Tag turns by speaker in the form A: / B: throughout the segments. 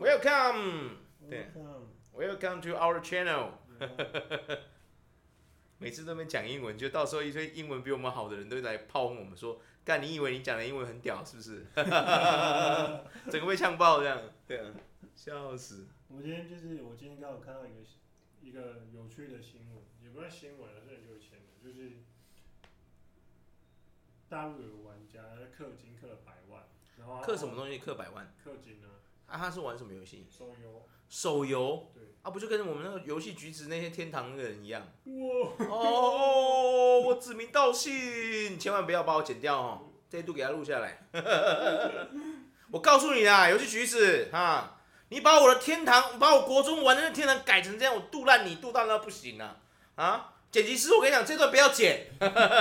A: Welcome，对
B: Welcome
A: Welcome to our channel 。
B: 啊
A: 每次都没讲英文，就到时候一堆英文比我们好的人都来炮轰我们说：“干，你以为你讲的英文很屌是不是？” 整个被呛爆这样。对啊，笑死。
B: 我今天就是我今天刚好看到一个一个有趣的新闻，也不算新闻了，是很久以前的，就是大陆有个玩家他氪金氪了百万，然后他
A: 氪什么东西？氪百万
B: 氪金啊，
A: 啊？他是玩什么游戏？
B: 手游
A: 手游
B: 对，
A: 啊？不就跟我们那个游戏橘子那些天堂的人一样？
B: 哇，
A: 哦，我指名道姓，千万不要把我剪掉哦，这一度给他录下来。 我告诉你啦，游戏橘子哈，你把我的天堂，把我国中玩的那天堂改成这样，我杜烂你，杜烂到不行了啊剪辑师，我跟你讲，这段不要剪，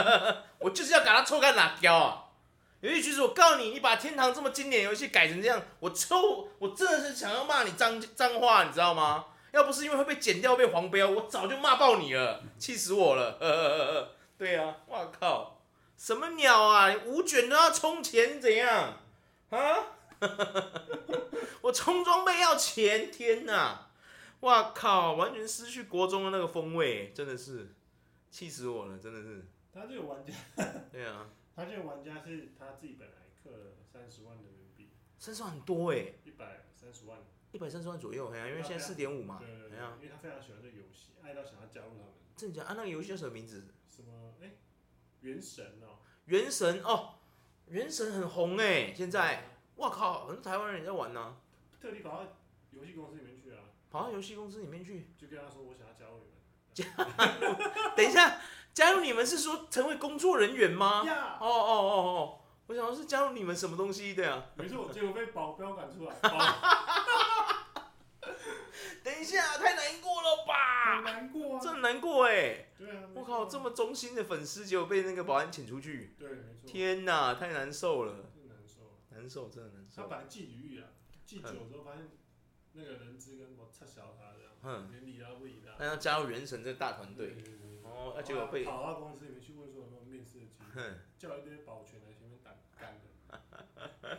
A: 我就是要给他臭干哪条啊！游戏橘子，我告诉你，你把天堂这么经典游戏改成这样，我臭，我真的是想要骂你脏脏话，你知道吗？要不是因为会被剪掉被黄标，我早就骂爆你了，气死我了。 呃呃呃呃，对啊，哇靠，什么鸟啊，你五卷都要充钱怎样啊？ 我充装备要钱，天哪！哇靠，完全失去国中的那个风味，真的是气死我了，真的是。
B: 他这个玩家，
A: 对啊，
B: 他这个玩家是他自己本来氪了三十万人民币，
A: 三十万很多哎，
B: 一百三十万，
A: 一百三十万左右，哎呀、因为现在四点五嘛，
B: 对啊对
A: 哎
B: 对
A: 呀、，
B: 因为他非常喜欢这个游戏，爱到想要加入他们，
A: 真的假的啊？那个游戏叫什么名字？
B: 什么哎、原神哦，
A: 原神哦，原神很红哎，现在。哇靠，很多台湾人也在玩呢、
B: 特地跑到游戏公司里面去啊。
A: 跑到游戏公司里面去。
B: 就跟他说我想要加入你们。
A: 等一下，加入你们是说成为工作人员吗？哦
B: 呀，
A: 哦哦哦，我想说是加入你们什么东西的啊呀？
B: 没错，结果被保镖赶 出来，保
A: 等一下，太难过了吧
B: 很？难过
A: 这
B: 啊。
A: 很难过哎、
B: 对啊，
A: 我靠，这么忠心的粉丝，结果被那个保安请出去，
B: 对，没错，
A: 天哪，太难受了，
B: 真难受。啊
A: 难受，真的难
B: 他
A: 受。
B: 本来寄语啊，寄久之后发现那个人质跟我撤销他这样，
A: 嗯
B: 连理他不理他。
A: 但要加入原神这个大团队，哦，那结果被，
B: 跑到公司里面去问说有没有面试的机会，
A: 哼，
B: 叫一堆保全来前面挡干的。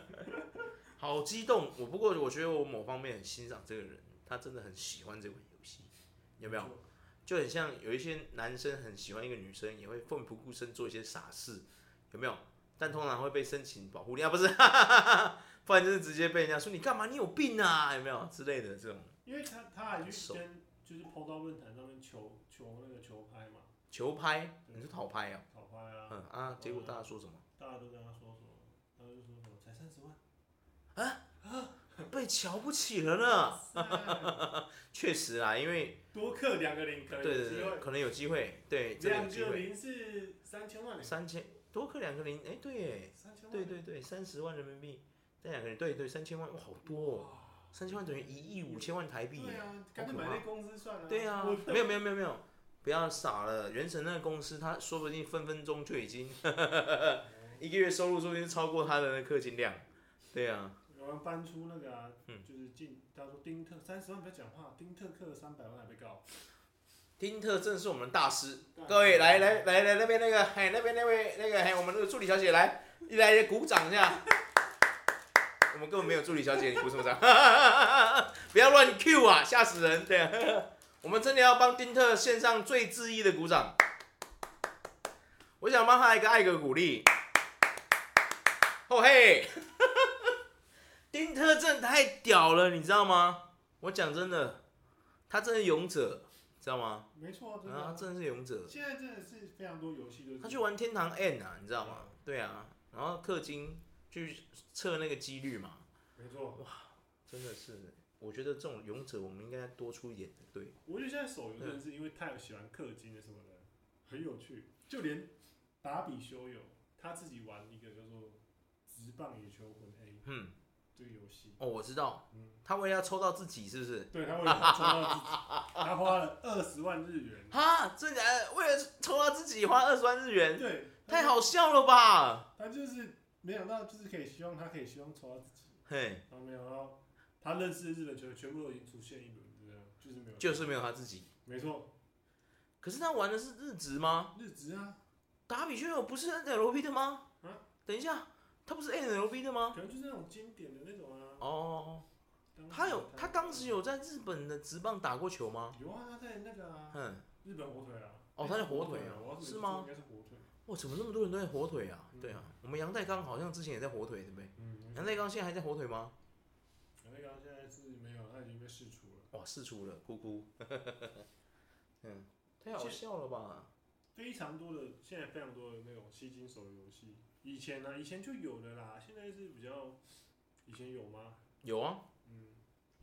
A: 好激动。我不过我觉得我某方面很欣赏这个人，他真的很喜欢这款游戏，有没有？？就很像有一些男生很喜欢一个女生，也会奋不顾身做一些傻事，有没有？但通常会被申请保护令啊，不是， 哈哈哈哈不然就是直接被人家说你干嘛，你有病啊，有没有之类的这种
B: 因为他他还去跟就是抛到论坛上面求求那个球拍嘛，
A: 球拍，你是讨拍啊，
B: 讨拍啊，
A: 嗯啊，结果大家说什么？
B: 大家都跟他说什么，他就说什么才三十万，
A: 被瞧不起了呢，
B: 塞
A: 确实啊，因为
B: 多刻两个零可
A: 对
B: 能有
A: 对
B: 机
A: 对，
B: 会，
A: 可能有机会，对，真的有
B: 两
A: 机
B: 个
A: 会，
B: 零是三千万，
A: 三千多克两个零，哎，对耶，
B: 三千万，
A: 对对对，三十万人民币，再两个人，对对，三千万，哇，好多哦，三千万等于一亿五千万台币耶
B: 对，啊，干脆买那公司算了，
A: 对啊
B: 我，
A: 没有没有没有没有，不要傻了。原神那个公司，他说不定分分钟就已经 一个月收入说不定超过他的那氪金量。对啊，
B: 有人搬出那个啊
A: 嗯，
B: 就是进，他说丁特三十万不要讲话，丁特克三百万还被告，
A: 丁特真的是我们的大师。
B: 对啊
A: 各位来来来来那边那个，嘿那边那位那个嘿我们那个助理小姐来，一来鼓掌一下。 我们根本没有助理小姐，你鼓什么掌？ 不要乱 Q 啊，吓死人！对啊， 我们真的要帮丁特献上最致意的鼓掌。我想帮他一个爱个鼓励。哦嘿， 丁特真的太屌了，你知道吗？我讲真的，他真的勇者，知道吗？
B: 没错啊，真的
A: 啊，他
B: 啊，
A: 真的是勇者。
B: 现在真的是非常多游戏都是
A: 他去玩天堂 N 啊，你知道吗？对啊，然后氪金去测那个几率嘛，
B: 没错，
A: 真的是，我觉得这种勇者我们应该多出一点的，对，
B: 我觉得现在手游真的是因为太喜欢氪金的什么的，很有趣。就连达比修友他自己玩一个叫做《直棒野球魂 A》
A: 嗯，
B: 这个游戏，
A: 哦，我知道
B: 嗯，
A: 他为了要抽到自己是不是？
B: 对他为了抽到自己，他花了二十万日元。
A: 哈，真的假的为了抽到自己花二十万日元，
B: 对，他
A: 太，好笑了吧？
B: 他就是没想到，就是可以希望他可以希望抽到自己，
A: 嘿，
B: 然后没想到他认识的日本球员全部都已经出现一轮，这样就是没有，
A: 就是没有他自己。
B: 没错，
A: 可是他玩的是日职吗？
B: 日职啊，
A: 达比修友不是 NLP 的吗？
B: 嗯
A: 等一下，他不是 NLP 的吗？
B: 可能就是那种经典的那种啊，
A: 哦，
B: 当时
A: 他有他当时有在日本的职棒打过球吗？
B: 有啊，他在那个啊，
A: 嗯，
B: 日本火腿啊。
A: 哦他是火
B: 火
A: 腿啊
B: 啊，我要
A: 是吗
B: 应该是火腿。
A: 哇，怎么那么多人都在火腿啊？
B: 嗯
A: 对啊，我们杨代刚好像之前也在火腿，对不对？
B: 嗯，
A: 杨代刚现在还在火腿吗？
B: 那个现在是没有，他已经被释出了。
A: 哇，释出了，哭哭。 嗯，太好笑了吧？
B: 非常多的，现在非常多的那种吸金手游游戏，以前呢、啊以前就有的啦，现在是比较，以前有吗？
A: 有啊，
B: 嗯，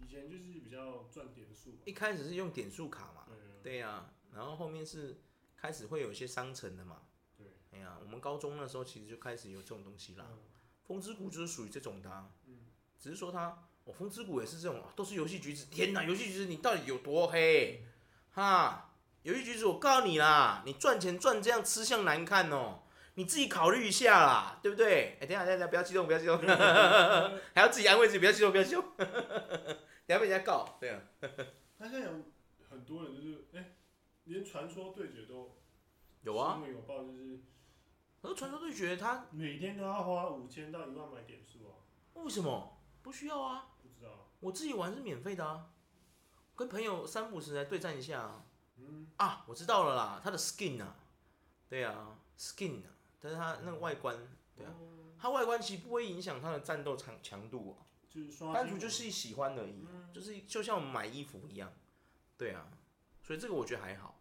B: 以前就是比较赚点数吧。
A: 一开始是用点数卡嘛，
B: 对啊，
A: 对呀、啊，然后后面是开始会有一些商城的嘛。
B: 对，
A: 哎呀，我们高中那时候其实就开始有这种东西啦。
B: 嗯
A: 风之谷就是属于这种的、啊，
B: 嗯
A: 只是说它，哦，风之谷也是这种，都是游戏橘子。天哪，游戏橘子你到底有多黑？哈，游戏橘子，我告诉你啦，你赚钱赚这样吃相难看哦，你自己考虑一下啦，对不对？哎，等一下，等一下，不要激动，不要 激动，还要自己安慰自己，不要激动，不要 激动，等一下被人家告。对啊，
B: 他现在有很多人就是，哎、连传说对决都
A: 有啊，
B: 新闻有报，就是
A: 可是传说对决它
B: 每天都要花五千到一万买点数啊，
A: 为什么不需要啊？
B: 不知道，
A: 我自己玩是免费的啊，跟朋友三不五时来对战一下啊。
B: 嗯，
A: 啊，我知道了啦，它的 skin 啊，对啊，skin 啊，但是它那个外观，对啊，
B: 哦
A: 它外观其实不会影响它的战斗强强度哦、
B: 就是刷
A: 单
B: 新
A: 纯
B: 闻
A: 就是喜欢而已，
B: 嗯
A: 就是就像我们买衣服一样，对啊，所以这个我觉得还好，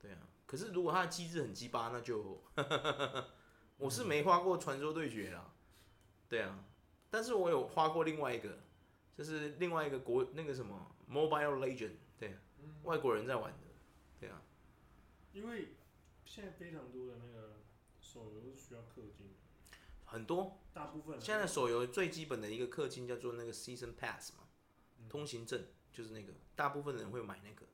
A: 对啊，可是如果它的机制很鸡巴，那就 我是没花过传说对决啦，对啊，但是我有花过另外一个，就是另外一个国那个什么 Mobile Legend，对、啊，
B: 嗯
A: 外国人在玩的，对啊。
B: 因为现在非常多的那个手游是需要氪金的，
A: 很多
B: 大部分
A: 现在手游最基本的一个氪金叫做那个 Season Pass 嘛，
B: 嗯
A: 通行证就是那个，大部分人会买那个，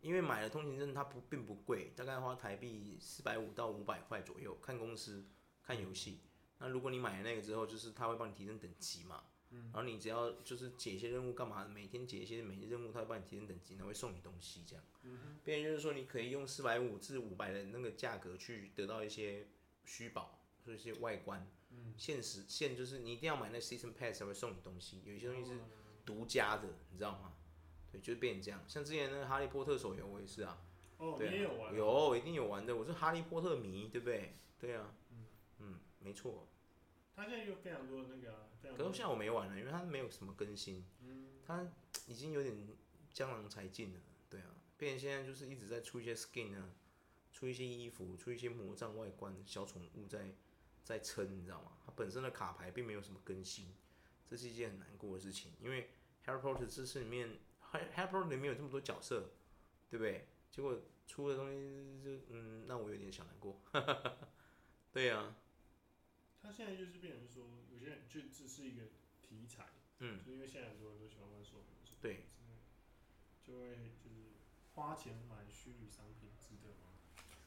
A: 因为买了通行证它不并不贵，大概花台币四百五到五百块左右，看公司看游戏。
B: 嗯
A: 那如果你买了那个之后，就是它会帮你提升等级嘛，
B: 嗯
A: 然后你只要就是解一些任务干嘛，每天解一些每日任务，它会帮你提升等级，然后会送你东西这样。
B: 嗯
A: 变成就是说你可以用四百五至五百的那个价格去得到一些虚宝，就是一些外观。
B: 嗯
A: 限时限就是你一定要买那 season pass 才会送你东西，有
B: 有
A: 一些东西是
B: 哦
A: 独家的，你知道吗？对，就变成这样。像之前那个哈利波特手游，我也是啊，
B: 哦，你
A: 对啊
B: 也有玩，
A: 有一定有玩的，我是哈利波特迷，对不对？对啊，
B: 嗯
A: 嗯，没错。
B: 他现在有非常多的那个、啊，非常
A: 可
B: 多
A: 是现在我没玩了，因为它没有什么更新，
B: 嗯
A: 它已经有点江郎才尽了，对啊。变成现在就是一直在出一些 skin 啊，出一些衣服，出一些魔杖外观小宠物在在撑，你知道吗？它本身的卡牌并没有什么更新，这是一件很难过的事情，因为 Harry Potter 这次里面，Harry Harry Potter 里面有这么多角色，对不对？结果出的东西就嗯，让我有点小难过。 对啊，
B: 他现在就是变成说，有些人就只是一个题材，
A: 嗯，
B: 就因为现在很多人都喜欢玩手游，所以
A: 对，
B: 就会就是花钱买虚拟商品，值得吗？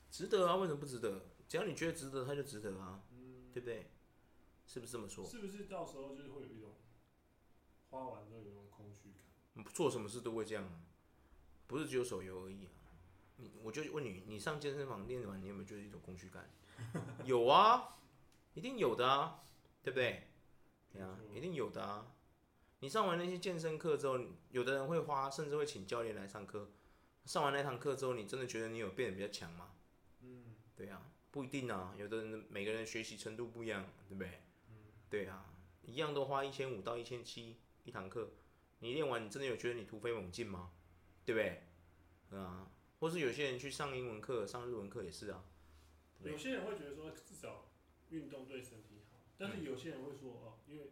A: 值得啊，为什么不值得？只要你觉得值得，它就值得啊，
B: 嗯，
A: 对不对？是不是这么说？
B: 是不是到时候就是会有一种花完之后有一种空虚感？
A: 做什么事都会这样啊，不是只有手游而已啊。你我就问你，你上健身房练完，你有没有觉得一种空虚 感？有啊，一定有的啊，对不对？对啊，
B: 没错
A: 一定有的啊。你上完那些健身课之后，有的人会花，甚至会请教练来上课。上完那堂课之后，你真的觉得你有变得比较强吗？
B: 嗯，
A: 对啊，不一定啊，有的人每个人学习程度不一样，对不对？对啊，一样都花一千五到一千七一堂课，你练完你真的有觉得你突飞猛进吗？对不对？对啊，或是有些人去上英文课、上日文课也是啊，对
B: 有些人会觉得说至少运动对身体好，但是有些人会说哦，因为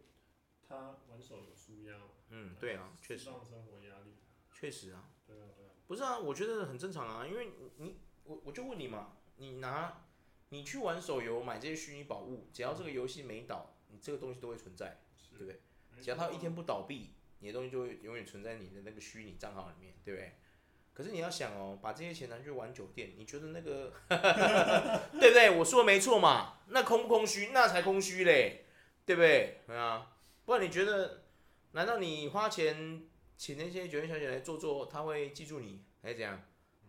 B: 他玩手游舒压嘛，
A: 嗯，对啊，确实，
B: 释放生活压力，
A: 确实啊，
B: 对啊对啊，
A: 不是啊，我觉得很正常啊，因为你你我我就问你嘛，你拿你去玩手游买这些虚拟宝物，只要这个游戏没倒，你这个东西都会存在。
B: 是，
A: 对不对
B: 没错？啊
A: 只要它一天不倒闭，你的东西就会永远存在你的那个虚拟账号里面，对不对？可是你要想哦，把这些钱拿去玩酒店，你觉得那个， 对不对？我说的没错嘛，那空不空虚？那才空虚嘞，对不对？对啊，不然你觉得，难道你花钱请那些酒店小姐来做做，她会记住你，还是怎样？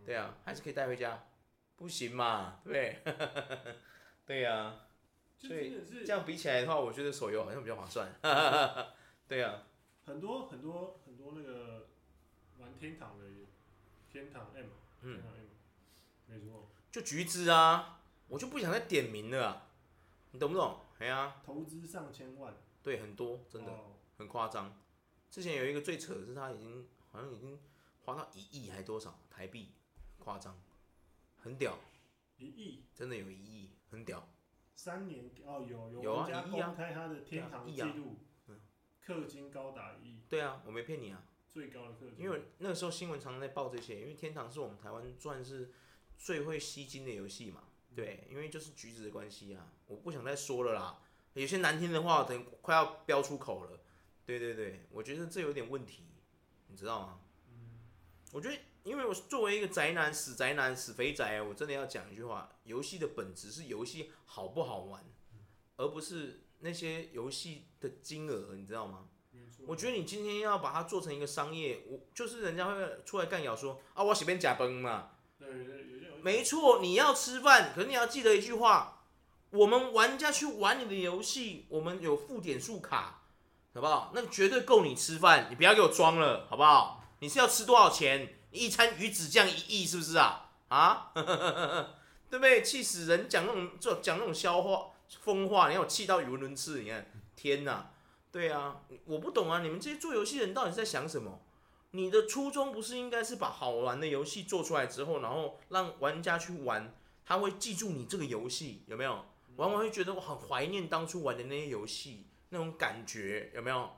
A: 对啊，还是可以带回家，不行嘛，对不对？ 对呀、啊。
B: 就
A: 所以
B: 真的是
A: 这样比起来的话，我觉得手游好像比较划算。对啊，
B: 很多很多很多那个玩天堂的天堂 M，天
A: 嗯，
B: 堂 M，没错，
A: 就橘子啊，我就不想再点名了啊、你懂不懂？哎呀、
B: 投资上千万，
A: 对，很多真的
B: 哦
A: 很夸张。之前有一个最扯的是，他已经好像已经花到一亿还多少台币，夸张，很屌，
B: 一亿
A: 真的有一亿，很屌。
B: 三年哦，有有
A: 有啊
B: 玩家
A: 一亿啊
B: 公开他的天堂记
A: 对啊
B: 录
A: 嗯，
B: 氪金高达一亿，
A: 对啊，我没骗你啊，
B: 最高的氪金，
A: 因为那个时候新闻常常在报这些，因为天堂是我们台湾算是最会吸金的游戏嘛，对，因为就是橘子的关系啊，我不想再说了啦，有些难听的话，我等快要飙出口了，对对对，我觉得这有点问题，你知道吗？我觉得，因为我作为一个宅男、死宅男、死肥宅，我真的要讲一句话：游戏的本质是游戏好不好玩，而不是那些游戏的金额，你知道吗？
B: 没错，
A: 我觉得你今天要把它做成一个商业，我就是人家会出来干咬说啊，我随便假崩嘛。
B: 对对有些嗯有些
A: 没错，你要吃饭，可是你要记得一句话，我们玩家去玩你的游戏，我们有付点数卡，好不好？那绝对够你吃饭，你不要给我装了，好不好？你是要吃多少钱？你一餐鱼子酱一亿是不是啊？啊， 对不对？气死人！讲那种这讲那种笑话疯话，你让我气到语无伦次。你看，天哪！对啊，我不懂啊，你们这些做游戏人到底在想什么？你的初衷不是应该是把好玩的游戏做出来之后，然后让玩家去玩，他会记住你这个游戏，有没有？玩完会觉得我很怀念当初玩的那些游戏那种感觉，有没有？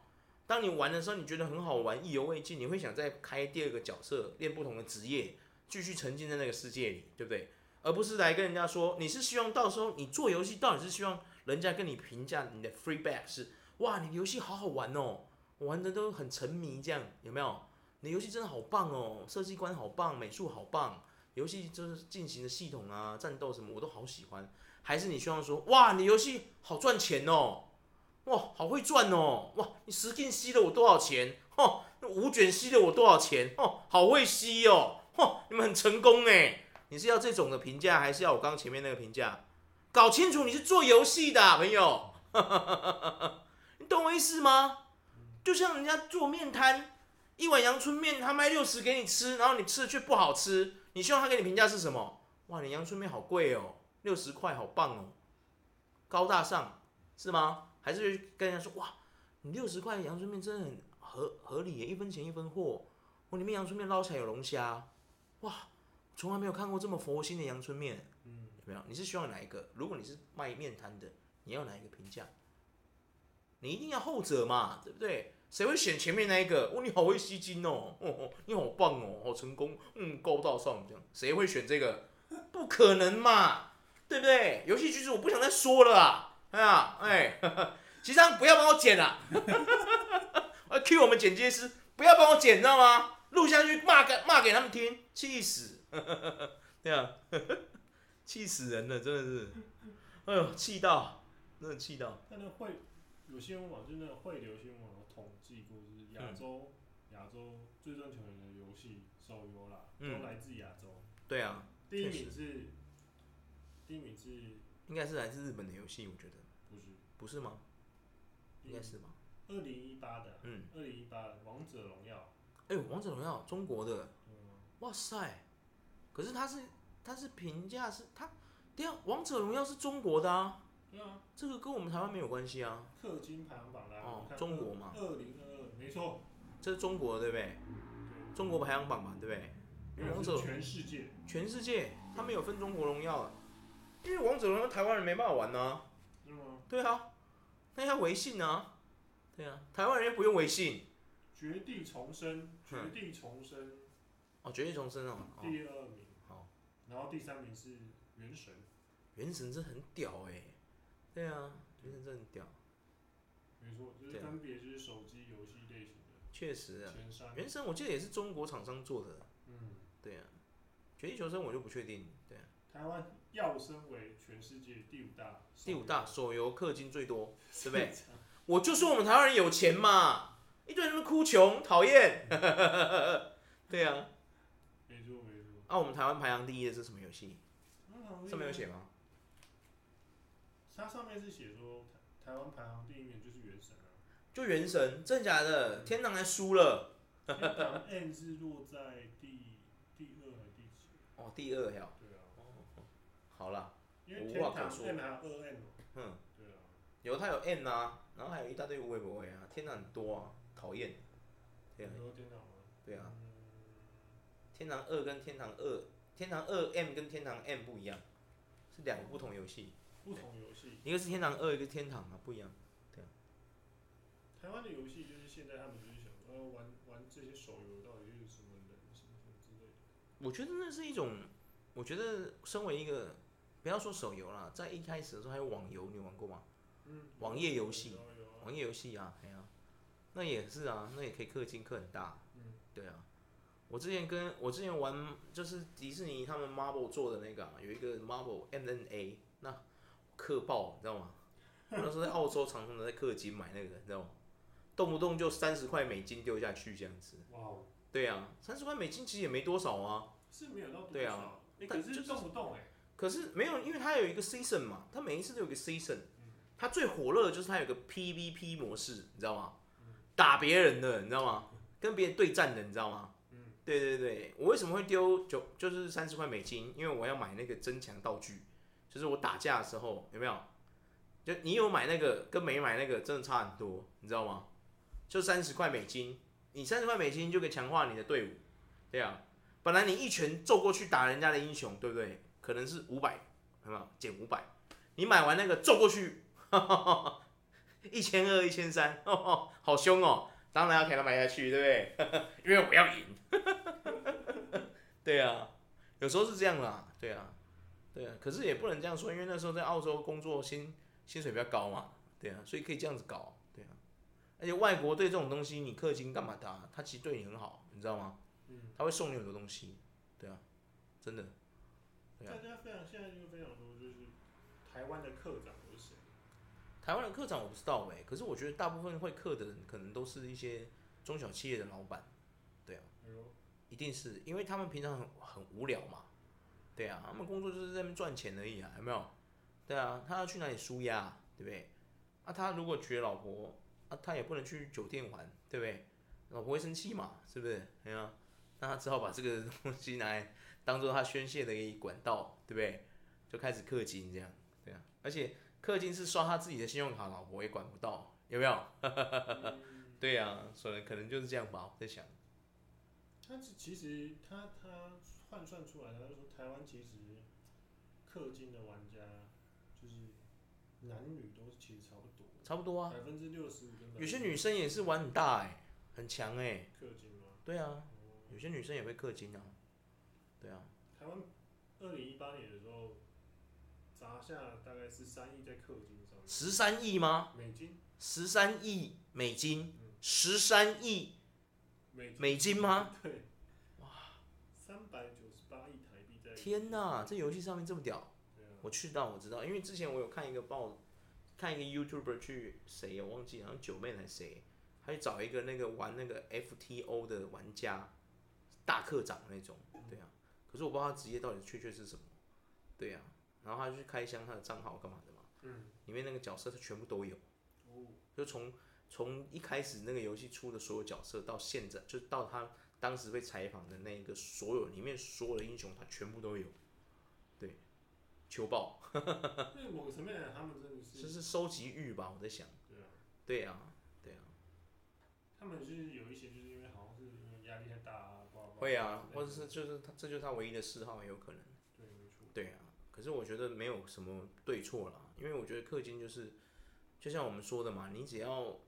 A: 当你玩的时候，你觉得很好玩，意犹未尽，你会想再开第二个角色，练不同的职业，继续沉浸在那个世界里，对不对？而不是来跟人家说，你是希望到时候你做游戏，到底是希望人家跟你评价你的 free back 是哇，你的游戏好好玩哦，我玩的都很沉迷，这样有没有？你的游戏真的好棒哦，设计观好棒，美术好棒，游戏就是进行的系统啊、战斗什么我都好喜欢。还是你希望说，哇，你的游戏好赚钱哦，哇，好会赚哦，哇，你十进吸了我多少钱？哦，那五卷吸了我多少钱？哦，好会吸哦，哦，你们很成功哎。你是要这种的评价，还是要我刚前面那个评价？搞清楚你是做游戏的、啊、朋友， 你懂我意思吗？就像人家做面摊，一碗阳春面，他卖六十给你吃，然后你吃的却不好吃，你希望他给你评价是什么？哇，你阳春面好贵哦，六十块，好棒哦，高大上是吗？还是跟人家说哇，你六十块阳春面真的很合合理耶，一分钱一分货，我里面阳春面捞起来有龙虾，哇，从来没有看过这么佛心的阳春面，
B: 嗯
A: 有没有？你是希望哪一个？如果你是卖面摊的，你要哪一个评价？你一定要后者嘛，对不对？谁会选前面那一个？哦，你好会吸金哦，哦哦，你好棒哦，好成功，嗯，高大上这样，谁会选这个？不可能嘛，对不对？游戏局是我不想再说了啊，哎呀，哎，呵呵其实不要帮我剪 了，啊，Q 我们剪接师不要帮我剪，知道吗？录下去骂给骂给他们听，气死， 呵呵呵呵对啊，呵呵气死人了，真的是，哎呦，气到，真的气到。
B: 但那会有新闻网，就是那个汇流新闻网有统计过，就是亚洲亚、洲最赚钱的游戏手游啦，
A: 嗯
B: 都来自亚洲。
A: 对啊，
B: 第一
A: 确
B: 名是，第一名是
A: 应该是来自日本的游戏，我觉得
B: 不是？
A: 不是吗？应该是吧。
B: 二零一八的，
A: 嗯，
B: 二零一八的《王者荣耀
A: 哎、王者荣耀中国的，》哇塞！可是它是它是评价是它，对啊，王者荣耀是中国的啊，
B: 对啊，
A: 这个跟我们台湾没有关系啊，
B: 氪金排行榜来，
A: 哦
B: 我们看
A: 中国嘛
B: 二零二二，没错，
A: 这是中国的对不对？
B: 对，
A: 中国排行榜嘛对不对？因为王者
B: 是全世界，
A: 全世界它没有分中国荣耀啊，因为王者荣耀台湾人没办法玩呢、啊，
B: 是吗？
A: 对啊，那要微信啊，对啊，台湾人又不用微信
B: 绝地重生，绝地重生
A: 哦，绝地重生哦，哦
B: 第二名，
A: 好，
B: 然后第三名是《原神》。
A: 原神真的很屌哎、对啊，原神真的很屌，
B: 没错，就是
A: 对啊
B: 分别就是手机游戏类型的
A: 确实啊。
B: 前三。
A: 原神我记得也是中国厂商做的，
B: 嗯，
A: 对啊。绝地求生我就不确定，对啊。
B: 台湾要升为全世界第五大手游，
A: 第五大手游氪金最多，对不对？
B: 非常
A: 我就说我们台湾人有钱嘛，一堆人那么哭穷，讨厌。 对啊，
B: 没错没错。
A: 啊，我们台湾排行第一的是什么游戏？
B: 那好像
A: 上面有写，吗？
B: 它上面是写说台台湾排行第一名就是《原神》啊，
A: 就原神，真假的？天堂还输了
B: 天堂 N 是落在第第二还是第几？
A: 哦，第二条。哦
B: 对啊，
A: 好啦，
B: 因为
A: 无
B: 天
A: 话
B: 堂
A: 可说
B: N 还有二 N 哦。
A: 嗯，
B: 对啊，
A: 有它有 N 啊，然后还有一大堆无为不为啊，天堂很多啊，讨厌。对啊
B: 很，多天堂吗？
A: 对啊，
B: 嗯
A: 天堂二跟天堂二，天堂二 M 跟天堂 M 不一样，是两个不同游戏，
B: 不同游戏，
A: 一个是天堂二，一个是天堂啊，不一样。
B: 台湾的游戏就是现在他们就是想说，呃，玩玩这些手游到底是什么人，什么什么之类的。
A: 我觉得那是一种，我觉得身为一个，不要说手游啦，在一开始的时候还有网游，你玩过吗？
B: 嗯，
A: 网页游戏
B: 有啊有啊
A: 网页游戏啊，哎呀、那也是啊，那也可以氪金氪很大。
B: 嗯，
A: 对啊，我之前跟我之前玩就是迪士尼他们 Marvel 做的那个、啊，有一个 Marvel M N A，那氪爆，你知道吗？我那时候在澳洲常常在氪金买那个，你知道吗？动不动就三十块美金丢下去这样子。
B: 哇哦，
A: 对啊，三十块美金其实也没多少啊。
B: 是没有到多少，
A: 对啊
B: 欸
A: 但
B: 可
A: 就是是
B: 动不动哎、
A: 可是没有，因为它有一个 season 嘛，它每一次都有一个 season。它最火热的就是它有个 PVP 模式，你知道吗？打别人的，你知道吗？跟别人对战的，你知道吗？
B: 嗯，
A: 对对对，我为什么会丢九就是三十块美金？因为我要买那个增强道具，就是我打架的时候有没有？就你有买那个跟没买那个真的差很多，你知道吗？就三十块美金，你三十块美金就可以强化你的队伍，对啊。本来你一拳揍过去打人家的英雄，对不对？可能是五百，有没有减五百？你买完那个揍过去， 一千二、一千三，好凶哦！当然要给他买下去，对不对？ 因为我要赢。对啊，有时候是这样啦，对啊，对啊。可是也不能这样说，因为那时候在澳洲工作薪薪水比较高嘛，对啊，所以可以这样子搞，对啊。而且外国对这种东西，你氪金干嘛的啊？他其实对你很好，你知道吗？
B: 嗯，
A: 他会送你很多东西，对啊，真的。对啊
B: 大家非常现在就非常多，就是台湾的课长都是谁？
A: 台湾的课长我不知道哎、可是我觉得大部分会课的人可能都是一些中小企业的老板，
B: 哎呦，
A: 一定是因为他们平常很很无聊嘛，对啊，他们工作就是在那边赚钱而已啊，有没有？对啊，他要去哪里舒压，对不对？啊，他如果娶了老婆，啊，他也不能去酒店玩，对不对？老婆会生气嘛，是不是？对啊，那他只好把这个东西拿来当做他宣泄的一个管道，对不对？就开始氪金这样，对啊，而且氪金是刷他自己的信用卡，老婆也管不到，有没有？
B: 嗯
A: 对啊，所以可能就是这样吧，我在想。
B: 他是其实他他换算出来，他就说台湾其实氪金的玩家就是男女都其实差不多，
A: 差不多啊，
B: 百分之六十五哦跟
A: 有些女生也是玩很大哎、很强哎、
B: 氪金吗？
A: 对啊，
B: 哦
A: 有些女生也会氪金啊。对啊，
B: 台湾二零一八年的时候砸下大概是三亿在氪金上面，
A: 十三亿吗？
B: 美金，
A: 十三亿美金
B: 嗯，
A: 十三亿
B: 美金
A: 美金吗？
B: 对，哇，三百九十八亿台币在
A: 天哪，这游戏上面这么屌！
B: 对啊，
A: 我去到我知道，因为之前我有看一个报，看一个 YouTuber 去谁我忘记，好像九妹还是谁，他去找一个那个玩那个 FTO 的玩家，大课长那种，对啊。可是我不知道他职业到底确切是什么，对啊。然后他就去开箱他的账号干嘛的嘛，
B: 嗯，
A: 里面那个角色他全部都有。
B: 哦，
A: 就从从一开始那个游戏出的所有角色到现在，就到他当时被采访的那一个所有里面所有的英雄，他全部都有。对，球爆，
B: 对某个层面来讲，他们真的
A: 这
B: 是，
A: 是收集欲吧？我在想。
B: 对啊，
A: 对啊，对啊，
B: 他们就是有一些就是因为好像是因为压力太大啊，不好
A: 会啊，或者是就是他这就是他唯一的嗜好，也有可能。
B: 对，没错，
A: 对啊，可是我觉得没有什么对错啦，因为我觉得氪金就是，就像我们说的嘛，你只要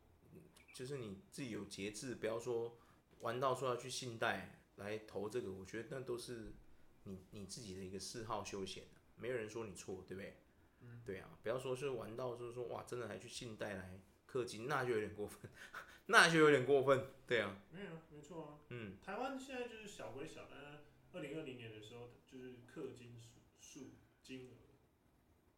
A: 就是你自己有节制，不要说玩到说要去信贷来投这个，我觉得那都是你你自己的一个嗜好休闲啊，没有人说你错，对不对？嗯，对啊，不要说是玩到就是说哇，真的还去信贷来氪金，那就有点过分， 那就有点过分，对啊，
B: 没有啊，没错啊，
A: 嗯，
B: 台湾现在就是小归小，但是二零二零年的时候就是氪金数数金额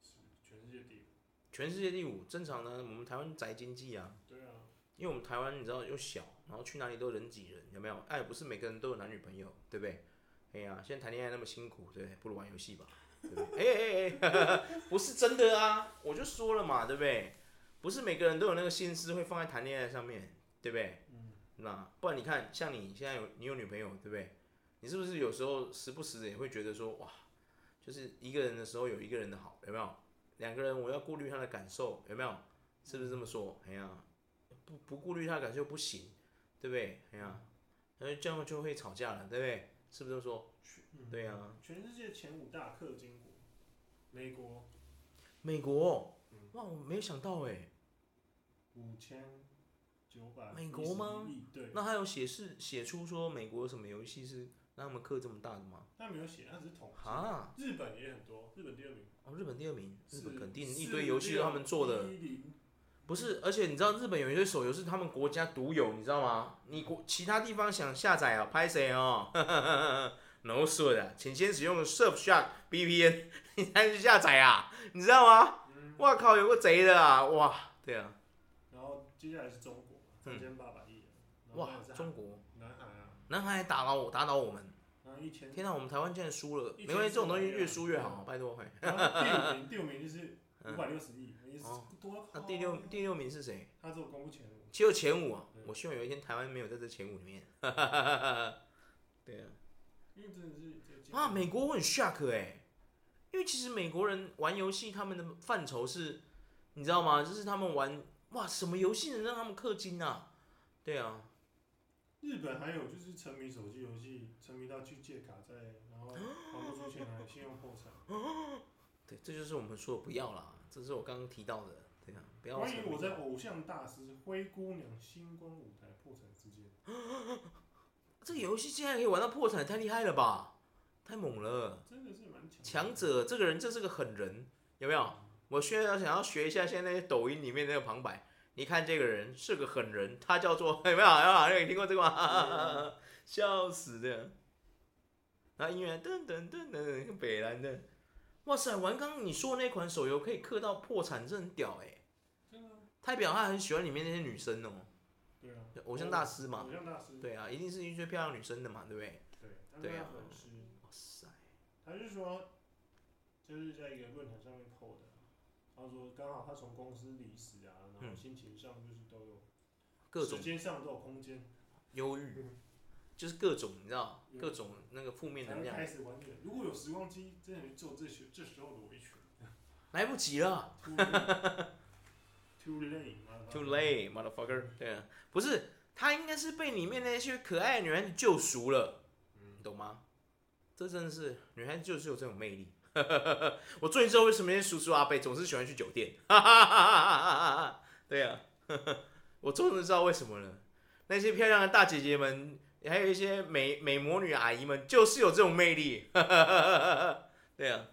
B: 是全世界第一，
A: 全世界第五，正常呢，我们台湾宅经济啊，
B: 对啊，
A: 因为我们台湾你知道又小，然后去哪里都人挤人，有没有？哎，不是每个人都有男女朋友，对不对？哎呀，现在谈恋爱那么辛苦，对不对？不如玩游哎 戏吧，对不对？哎哎哎，不是真的啊，我就说了嘛，对不对？不是每个人都有那个心思会放在谈恋爱上面，对不对？
B: 嗯，
A: 那不然你看，像你现在有你有女朋友，对不对？你是不是有时候时不时的也会觉得说，哇，就是一个人的时候有一个人的好，有没有？两个人我要顾虑他的感受，有没有？是不是这么说？哎呀，不不顾虑他的感受不行，对不对？哎呀，那这样就会吵架了，对不对？是不是这么说？
B: 嗯
A: 对啊，
B: 全世界前五大氪金国，美国
A: 美国
B: 嗯，
A: 哇，我没有想到哎，
B: 五千九百，
A: 美国吗？
B: 对，
A: 那他有写是写出说美国有什么游戏是让他们氪这么大的吗？
B: 他没有写，他只是统计。
A: 啊，
B: 日本也很多，日本第二名，
A: 哦，日本第二名，日本
B: 是
A: 肯定一堆游戏都他们做的。
B: 四六一零
A: 不是，而且你知道日本有一些手游是他们国家独有，你知道吗？你国其他地方想下载啊，拍谁哦 ？No s u 的，请先使用 Surfshark VPN，你 才能去下载啊，你知道吗？
B: 嗯，
A: 哇靠，有个贼的啊！哇，对啊，
B: 然后接下来是中国，三千八百亿人，啊然后
A: 嗯哇
B: 还有是，韩
A: 中国
B: 南海啊，
A: 南海打倒我，打倒我们！
B: 然后一千，
A: 天哪，我啊们台湾竟然输了，
B: 一
A: 没关
B: 千四百
A: 系，这种东西
B: 亿啊
A: 越嗯输越好，拜托。嘿
B: 然后第五 名，第五名就是
A: 嗯
B: 五百六十亿，也是
A: 哦
B: 多啊
A: 那
B: 好。
A: 第六第六名是谁？
B: 他做公布前五，
A: 只有前五啊
B: 嗯！
A: 我希望有一天台湾没有在这前五里面。对啊。
B: 因为真的是这个
A: 啊，美国我很 shock 哎、因为其实美国人玩游戏，他们的范畴是，你知道吗？就是他们玩哇，什么游戏能让他们氪金啊？对啊，
B: 日本还有就是沉迷手机游戏，沉迷到去借卡债，然后还不出钱来，信用破产。
A: 对，这就是我们说的不要啦，这是我刚刚提到的，对啊，不要沉
B: 关
A: 迷。
B: 于我在偶像大师灰姑娘星光舞台破产事件，
A: 这个游戏竟然可以玩到破产，太厉害了吧？太猛了！
B: 真的是蛮强的
A: 强。者这个人真是个狠人，有没有？我现在想要学一下现在那些抖音里面那个旁白，你看这个人是个狠人，他叫做 有没有？有没有？你听过这个吗
B: 嗯？
A: 笑死的。然后音乐噔噔噔噔，跟北兰的，哇塞！玩刚刚你说的那款手游可以氪到破产，这很屌哎、
B: 真的啊，
A: 代表他很喜欢里面那些女生哦、
B: 对啊，
A: 偶像大师嘛
B: 偶。像大师，
A: 对啊，一定是一堆漂亮女生的嘛，对不对？
B: 对，他
A: 对
B: 是
A: 啊
B: 他粉丝，
A: 哇塞，
B: 他是说，就是在一个论坛上面 PO 的啊，他说刚好他从公司离职啊，然后
A: 嗯
B: 心情上就是都有，
A: 各种
B: 时间上都有空间，
A: 忧郁
B: 嗯，
A: 就是各种你知道，
B: 嗯
A: 各种那个负面
B: 才
A: 能
B: 会
A: 量
B: 开，始玩远。如果有时光机，真的去做这些这时候的维 权。
A: 来不及了
B: Too late, too late, 妈的
A: ，too late motherfucker。对
B: 嗯
A: 啊，不是，他应该是被里面那些可爱的女孩子救赎了，你
B: 嗯，
A: 懂吗？这真的是女孩子就是有这种魅力。 我终于知道为什么那些叔叔阿伯总是喜欢去酒店。 对啊， 我终于知道为什么了。那些漂亮的大姐姐们，还有一些美美魔女阿姨们，就是有这种魅力。 对啊，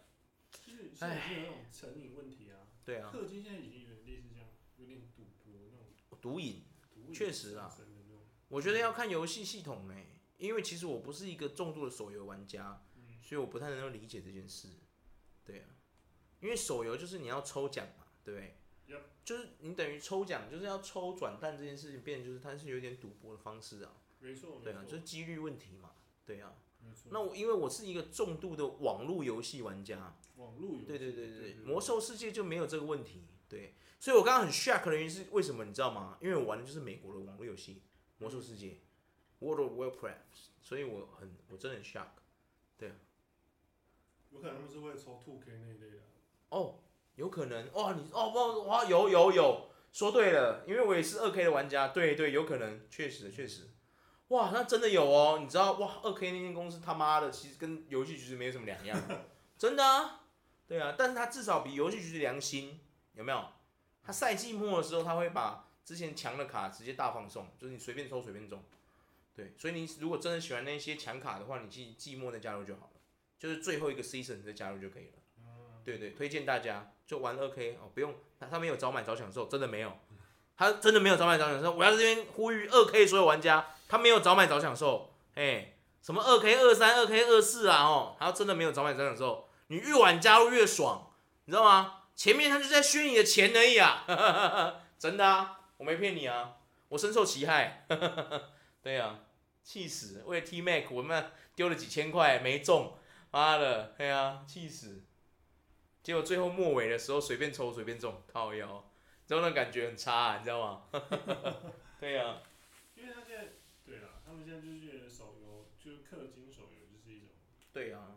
B: 就是现在已经有那种成瘾问题啊。
A: 对啊，
B: 氪金现在已经有点类似这样，有点赌博那种
A: 毒瘾。
B: 赌瘾
A: 确实啊
B: 上升的那种。
A: 我觉得要看游戏系统哎、因为其实我不是一个重度的手游玩家，
B: 嗯，
A: 所以我不太能够理解这件事。对啊，因为手游就是你要抽奖嘛，对不对
B: Yep
A: 就是你等于抽奖，就是要抽转蛋这件事情，变成就是它是有点赌博的方式啊。
B: 没错，
A: 对啊，
B: 没
A: 就
B: 错
A: 是几率问题嘛。对啊，
B: 没错。
A: 那我因为我是一个重度的网络游戏玩家，
B: 网络游戏，
A: 对对对对
B: 对
A: 对，魔兽世界就没有这个问题。对，所以我刚刚很 shock 的原因是为什么你知道吗？因为我玩的就是美国的网络游戏《魔兽世界》（World of Warcraft），所以我很我真的很 shock。
B: 有可能他们是会抽 two K 那一类的啊。
A: 哦，有可能哇，你哦哇哇有有有，说对了，因为我也是二 K 的玩家，对对，有可能，确实确实。哇，那真的有哦！你知道哇，二 K 那间公司他妈的，其实跟游戏局是没有什么两样，真的啊，对啊，但是他至少比游戏局良心，有没有？他赛季末的时候，他会把之前强的卡直接大放送，就是你随便抽随便中，对，所以你如果真的喜欢那些强卡的话，你季季末再加入就好了，就是最后一个 season 再加入就可以了。
B: 嗯，
A: 对对，推荐大家就玩二 K 哦，不用，他他没有早买早享受，真的没有，他真的没有早买早享受。我要在这边呼吁二 K 所有玩家，他没有早买早享受，哎，什么二 K 二三、二 K 二四啊，哦，他真的没有早买早享受。你越晚加入越爽，你知道吗？前面他就在削你的钱而已啊， 真的啊，我没骗你啊，我深受其害， 对啊，气死！为了 T Mac，我们丢了几千块没中，妈的，哎呀、气死！结果最后末尾的时候随便抽随便中，靠腰，知道那感觉很差、啊你知道 吗？对呀、啊，
B: 因为他现在对啦，他们现在就是觉得手游就是氪金手游就是一种
A: 对呀、啊，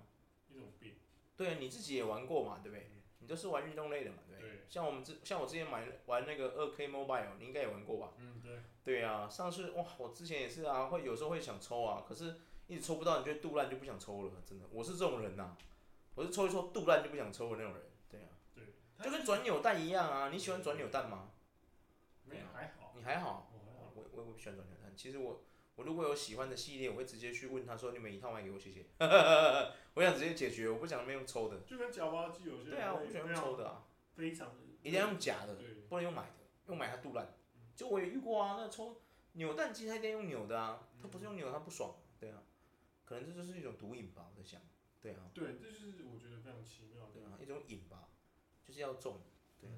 B: 一种病，
A: 对啊，你自己也玩过嘛，对不对？你都是玩运动类的嘛，对不对？
B: 对
A: 像我们之像我之前买玩那个二 K Mobile，你应该也玩过吧？
B: 嗯对，
A: 对啊，上次哇，我之前也是啊，会有时候会想抽啊，可是一直抽不到，你就会肚烂就不想抽了，真的，我是这种人呐、我是抽一抽肚烂就不想抽的那种人，对啊，
B: 对，他
A: 就跟转扭蛋一样啊，你喜欢转扭蛋吗？
B: 没有还好，
A: 你还好，啊
B: 我还好，
A: 我我我不喜欢转扭蛋，其实我我如果有喜欢的系列，我会直接去问他说，你每一套买给我，谢谢， 我想直接解决，我不想那边用抽的，
B: 就跟绞花机有些
A: 对啊，我
B: 人
A: 不
B: 会
A: 喜欢
B: 非
A: 用
B: 常
A: 抽的啊，
B: 非常的
A: 一定要用假的。
B: 对，
A: 不能用买的，用买它杜烂。就我也遇过啊，那抽扭蛋机它一定要用扭的啊，它不是用扭的它不爽，对啊，可能这就是一种毒瘾吧，我在想，对啊，
B: 对，这就是我觉得非常奇妙的
A: 对啊，一种瘾吧，就是要中，对啊，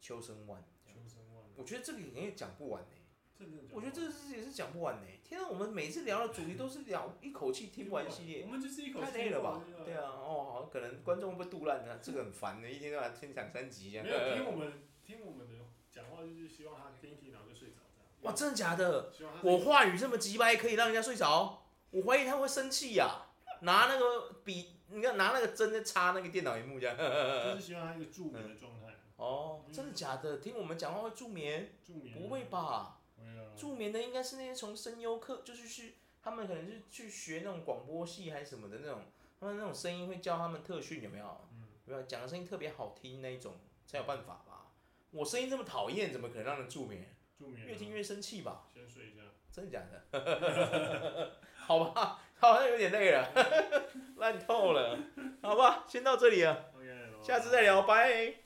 A: 秋生万，这样
B: 求生万能，
A: 我觉得这个也可以讲不完呢、
B: 真的，
A: 我觉得这个事也是讲不完呢、天啊，我们每次聊的主题都是聊一口气听完系列。
B: 我们就是一口气
A: 太累了吧
B: 听完？
A: 对啊，哦，好，可能观众会不会杜烂呢、这个很烦的，一天到晚听两三集这样。
B: 没有听我们听我们的讲话，就是希望他听一听，然后就睡着这样。
A: 哇，真的假的？
B: 希望他
A: 我话语这么急掰，可以让人家睡着？我怀疑他会生气呀、拿那个笔，你看拿那个针在插那个电脑荧幕这样。
B: 就是希望他一个助眠的状态，
A: 哦，真的假的？听我们讲话会助眠？
B: 助眠
A: 不会？吧？
B: 不会啊，
A: 助眠的应该是那些从声优课，就是去他们可能是去学那种广播系还是什么的那种，他们那种声音会叫他们特训有没有？
B: 嗯，
A: 有没有讲的声音特别好听那一种才有办法吧？我声音这么讨厌，怎么可能让人助眠？
B: 助眠啊
A: 越听越生气吧？
B: 先睡一下，
A: 真的假的？ 好吧，好像有点累了， 烂透了，好吧，先到这里了，
B: OK，
A: 下次再聊，拜。